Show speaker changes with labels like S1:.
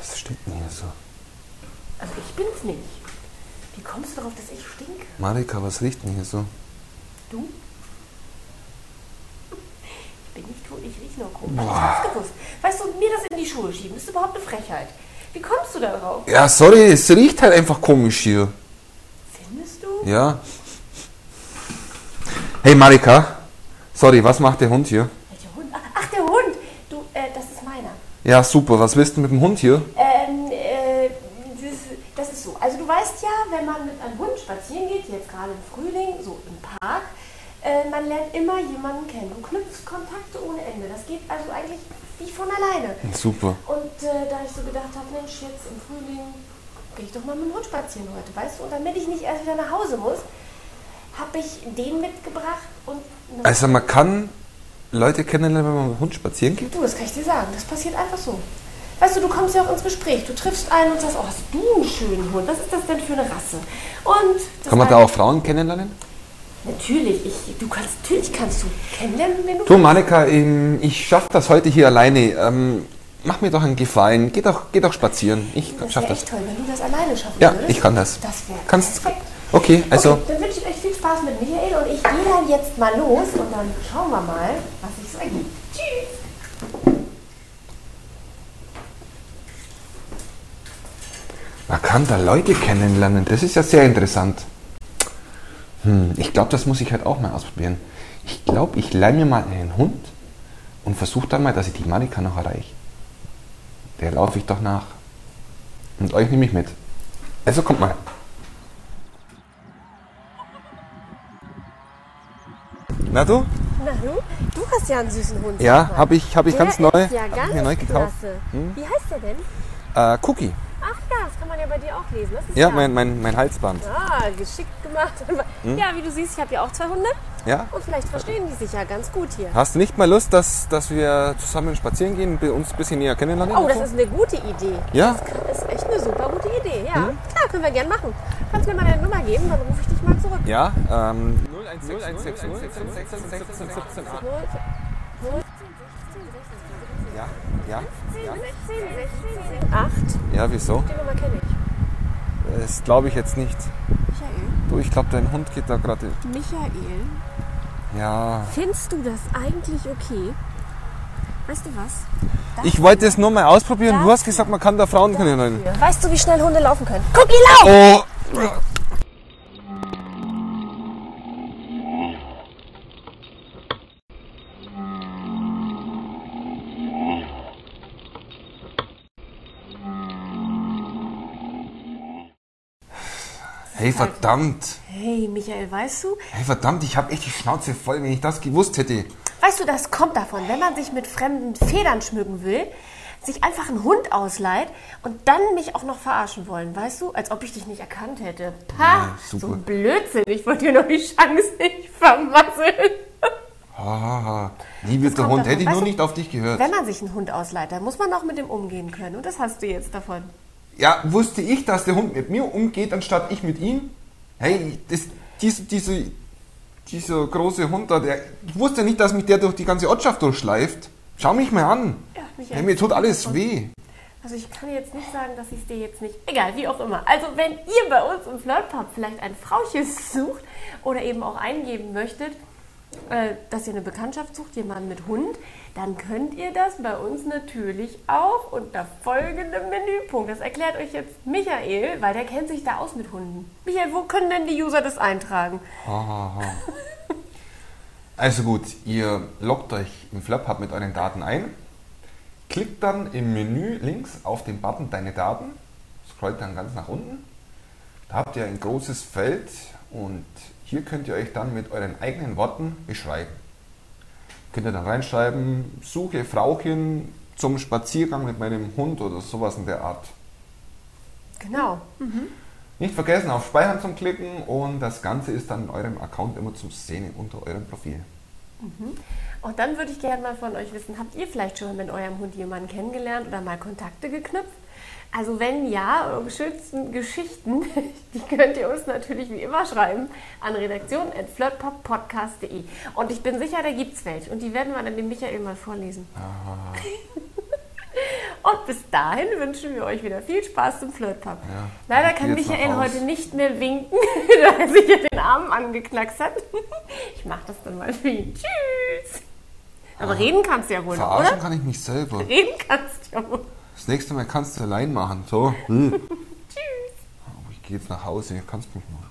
S1: es Also nicht. Wie kommst du darauf, dass ich stinke?
S2: Marika, was riecht denn hier so?
S1: Du? Ich bin nicht tot, ich riech nur komisch. Ich hab's gewusst. Weißt du, mir das in die Schuhe schieben, ist überhaupt eine Frechheit. Wie kommst du darauf?
S2: Ja, sorry, es riecht halt einfach komisch hier.
S1: Findest du?
S2: Ja. Hey Marika, sorry, was macht der Hund hier?
S1: Welcher Hund? Ach, Ach, der Hund! Du, äh, das ist meiner.
S2: Ja, super, was willst du mit dem Hund hier?
S1: Ähm, äh, das- das ist so. Also du weißt ja, wenn man mit einem Hund spazieren geht, jetzt gerade im Frühling, so im Park, äh, man lernt immer jemanden kennen. Du knüpfst Kontakte ohne Ende. Das geht also eigentlich wie von alleine.
S2: Super.
S1: Und äh, da ich so gedacht habe, Mensch, jetzt im Frühling gehe ich doch mal mit dem Hund spazieren heute, weißt du? Und damit ich nicht erst wieder nach Hause muss, habe ich den mitgebracht und... Na,
S2: Also man kann Leute kennenlernen, wenn man mit dem Hund spazieren geht?
S1: du, das kann ich dir sagen. Das passiert einfach so. Weißt du, du kommst ja auch ins Gespräch. Du triffst einen und sagst, oh, hast du einen schönen Hund. Was ist das denn für eine Rasse? Und... das
S2: Kann man da
S1: eine-
S2: auch Frauen kennenlernen?
S1: Natürlich. Ich, du kannst, natürlich kannst du kennenlernen, wenn du...
S2: Du Marika, ähm, ich schaff das heute hier alleine. Ähm, mach mir doch einen Gefallen. Geh doch, geh doch spazieren. Ich
S1: das
S2: schaff
S1: wäre
S2: das.
S1: echt toll, wenn du das alleine schaffen
S2: Ja,
S1: würdest.
S2: ich kann das.
S1: Das wäre
S2: Kannst.
S1: perfekt.
S2: Okay, also.
S1: Okay, dann wünsche ich euch viel Spaß mit Michael und ich gehe dann jetzt mal los und dann schauen wir mal, was sich so ergibt. Tschüss!
S2: Man kann da Leute kennenlernen. Das ist ja sehr interessant. Hm, ich glaube, das muss ich halt auch mal ausprobieren. Ich glaube, ich leih mir mal einen Hund und versuche dann mal, dass ich die Marika noch erreiche. Der laufe ich doch nach. Und euch nehme ich mit. Also kommt mal. Na du?
S1: Na du, du hast ja einen süßen Hund.
S2: Ja,
S1: sag mal.
S2: habe ich, hab ich
S1: Der
S2: ganz neu,
S1: Ist ja
S2: hab
S1: ganz
S2: ich mir neu gekauft. Hm?
S1: Klasse. Wie heißt der denn?
S2: Äh, Cookie.
S1: Ach ja, das kann man ja bei dir auch lesen. Das ist
S2: Ja, mein, Hm? mein, mein Halsband.
S1: Ah, geschickt gemacht. Ja, wie du siehst, ich habe ja auch zwei Hunde
S2: Ja?
S1: und vielleicht verstehen die sich ja ganz gut hier.
S2: Hast du nicht mal Lust, dass, dass wir zusammen spazieren gehen, bi- uns ein bisschen näher kennenlernen?
S1: Oh, das ist eine gute Idee.
S2: Ja?
S1: Das ist echt eine super gute Idee. Ja,
S2: Hm?
S1: klar, können wir gern machen. Kannst du mir mal deine Nummer geben, dann rufe ich dich mal zurück.
S2: Ja, ähm,
S1: 0, 0,
S2: ja, ja,
S1: 16, 16, 8.
S2: ja, wieso?
S1: Die Nummer kenne ich.
S2: Das glaube ich jetzt nicht.
S1: Michael?
S2: Du, ich glaube, dein Hund geht da gerade.
S1: Michael,
S2: Ja.
S1: findest du das eigentlich okay? Weißt du was?
S2: Ich wollte es nur mal ausprobieren. Du
S1: Dafür.
S2: hast gesagt, man kann da Frauen kennenlernen.
S1: Weißt du, wie schnell Hunde laufen können? Guck, ihr lauf!
S2: Oh! Hey, verdammt!
S1: Hey, Michael, weißt du?
S2: Hey, verdammt, ich habe echt die Schnauze voll, wenn ich das gewusst hätte.
S1: Weißt du, das kommt davon, wenn man sich mit fremden Federn schmücken will, sich einfach einen Hund ausleiht und dann mich auch noch verarschen wollen, weißt du? Als ob ich dich nicht erkannt hätte. Pah,
S2: Ja, super.
S1: so ein Blödsinn. Ich wollte dir noch die Chance nicht vermasseln.
S2: Äh. Hahaha. Liebester
S1: kommt
S2: Ah, Hund,
S1: davon.
S2: hätte ich nur
S1: Weißt du-
S2: nicht auf dich gehört.
S1: Wenn man sich einen Hund ausleiht, dann muss man auch mit dem umgehen können. Und das hast du jetzt davon.
S2: Ja, wusste ich, dass der Hund mit mir umgeht, anstatt ich mit ihm? Hey, das, diese, diese, dieser große Hund da, der, ich wusste nicht, dass mich der durch die ganze Ortschaft durchschleift. Schau mich mal an.
S1: Ja, Michael.
S2: hey, mir tut alles weh.
S1: Also ich kann jetzt nicht sagen, dass ich es dir jetzt nicht... Egal, wie auch immer. Also wenn ihr bei uns im Flirtpub vielleicht ein Frauchen sucht oder eben auch eingeben möchtet, äh, dass ihr eine Bekanntschaft sucht, jemanden mit Hund, dann könnt ihr das bei uns natürlich auch unter folgendem Menüpunkt. Das erklärt euch jetzt Michael, weil der kennt sich da aus mit Hunden. Michael, wo können denn die User das eintragen?
S2: Also gut, ihr loggt euch im Flap-Hub mit euren Daten ein, klickt dann im Menü links auf den Button Deine Daten, scrollt dann ganz nach unten. Da habt ihr ein großes Feld und hier könnt ihr euch dann mit euren eigenen Worten beschreiben. Könnt ihr dann reinschreiben, suche Frauchen zum Spaziergang mit meinem Hund oder sowas in der Art.
S1: Genau.
S2: Nicht vergessen, auf Speichern zu klicken und das Ganze ist dann in eurem Account immer zu sehen unter eurem Profil.
S1: Und dann würde ich gerne mal von euch wissen, habt ihr vielleicht schon mit eurem Hund jemanden kennengelernt oder mal Kontakte geknüpft? Also wenn ja, eure schönsten Geschichten, die könnt ihr uns natürlich wie immer schreiben an redaktion.flirtpoppodcast.de. Und ich
S2: Ah.
S1: bin sicher, da gibt's welche und die werden wir dann dem Michael mal vorlesen. Und bis dahin wünschen wir euch wieder viel Spaß zum Flirtpub.
S2: Ja,
S1: Leider
S2: ich
S1: kann
S2: geh jetzt
S1: Michael
S2: mal raus.
S1: heute nicht mehr winken, da er sich ja den Arm angeknackst hat. Ich mach das dann mal für ihn. Tschüss. Aber reden kannst du ja wohl noch,
S2: Verarschen
S1: oder?
S2: kann ich mich selber.
S1: Reden kannst du ja wohl.
S2: Das Oh, nächste Mal kannst du allein machen. So. Hm. Aber ich gehe jetzt nach Hause. Kannst mich mal.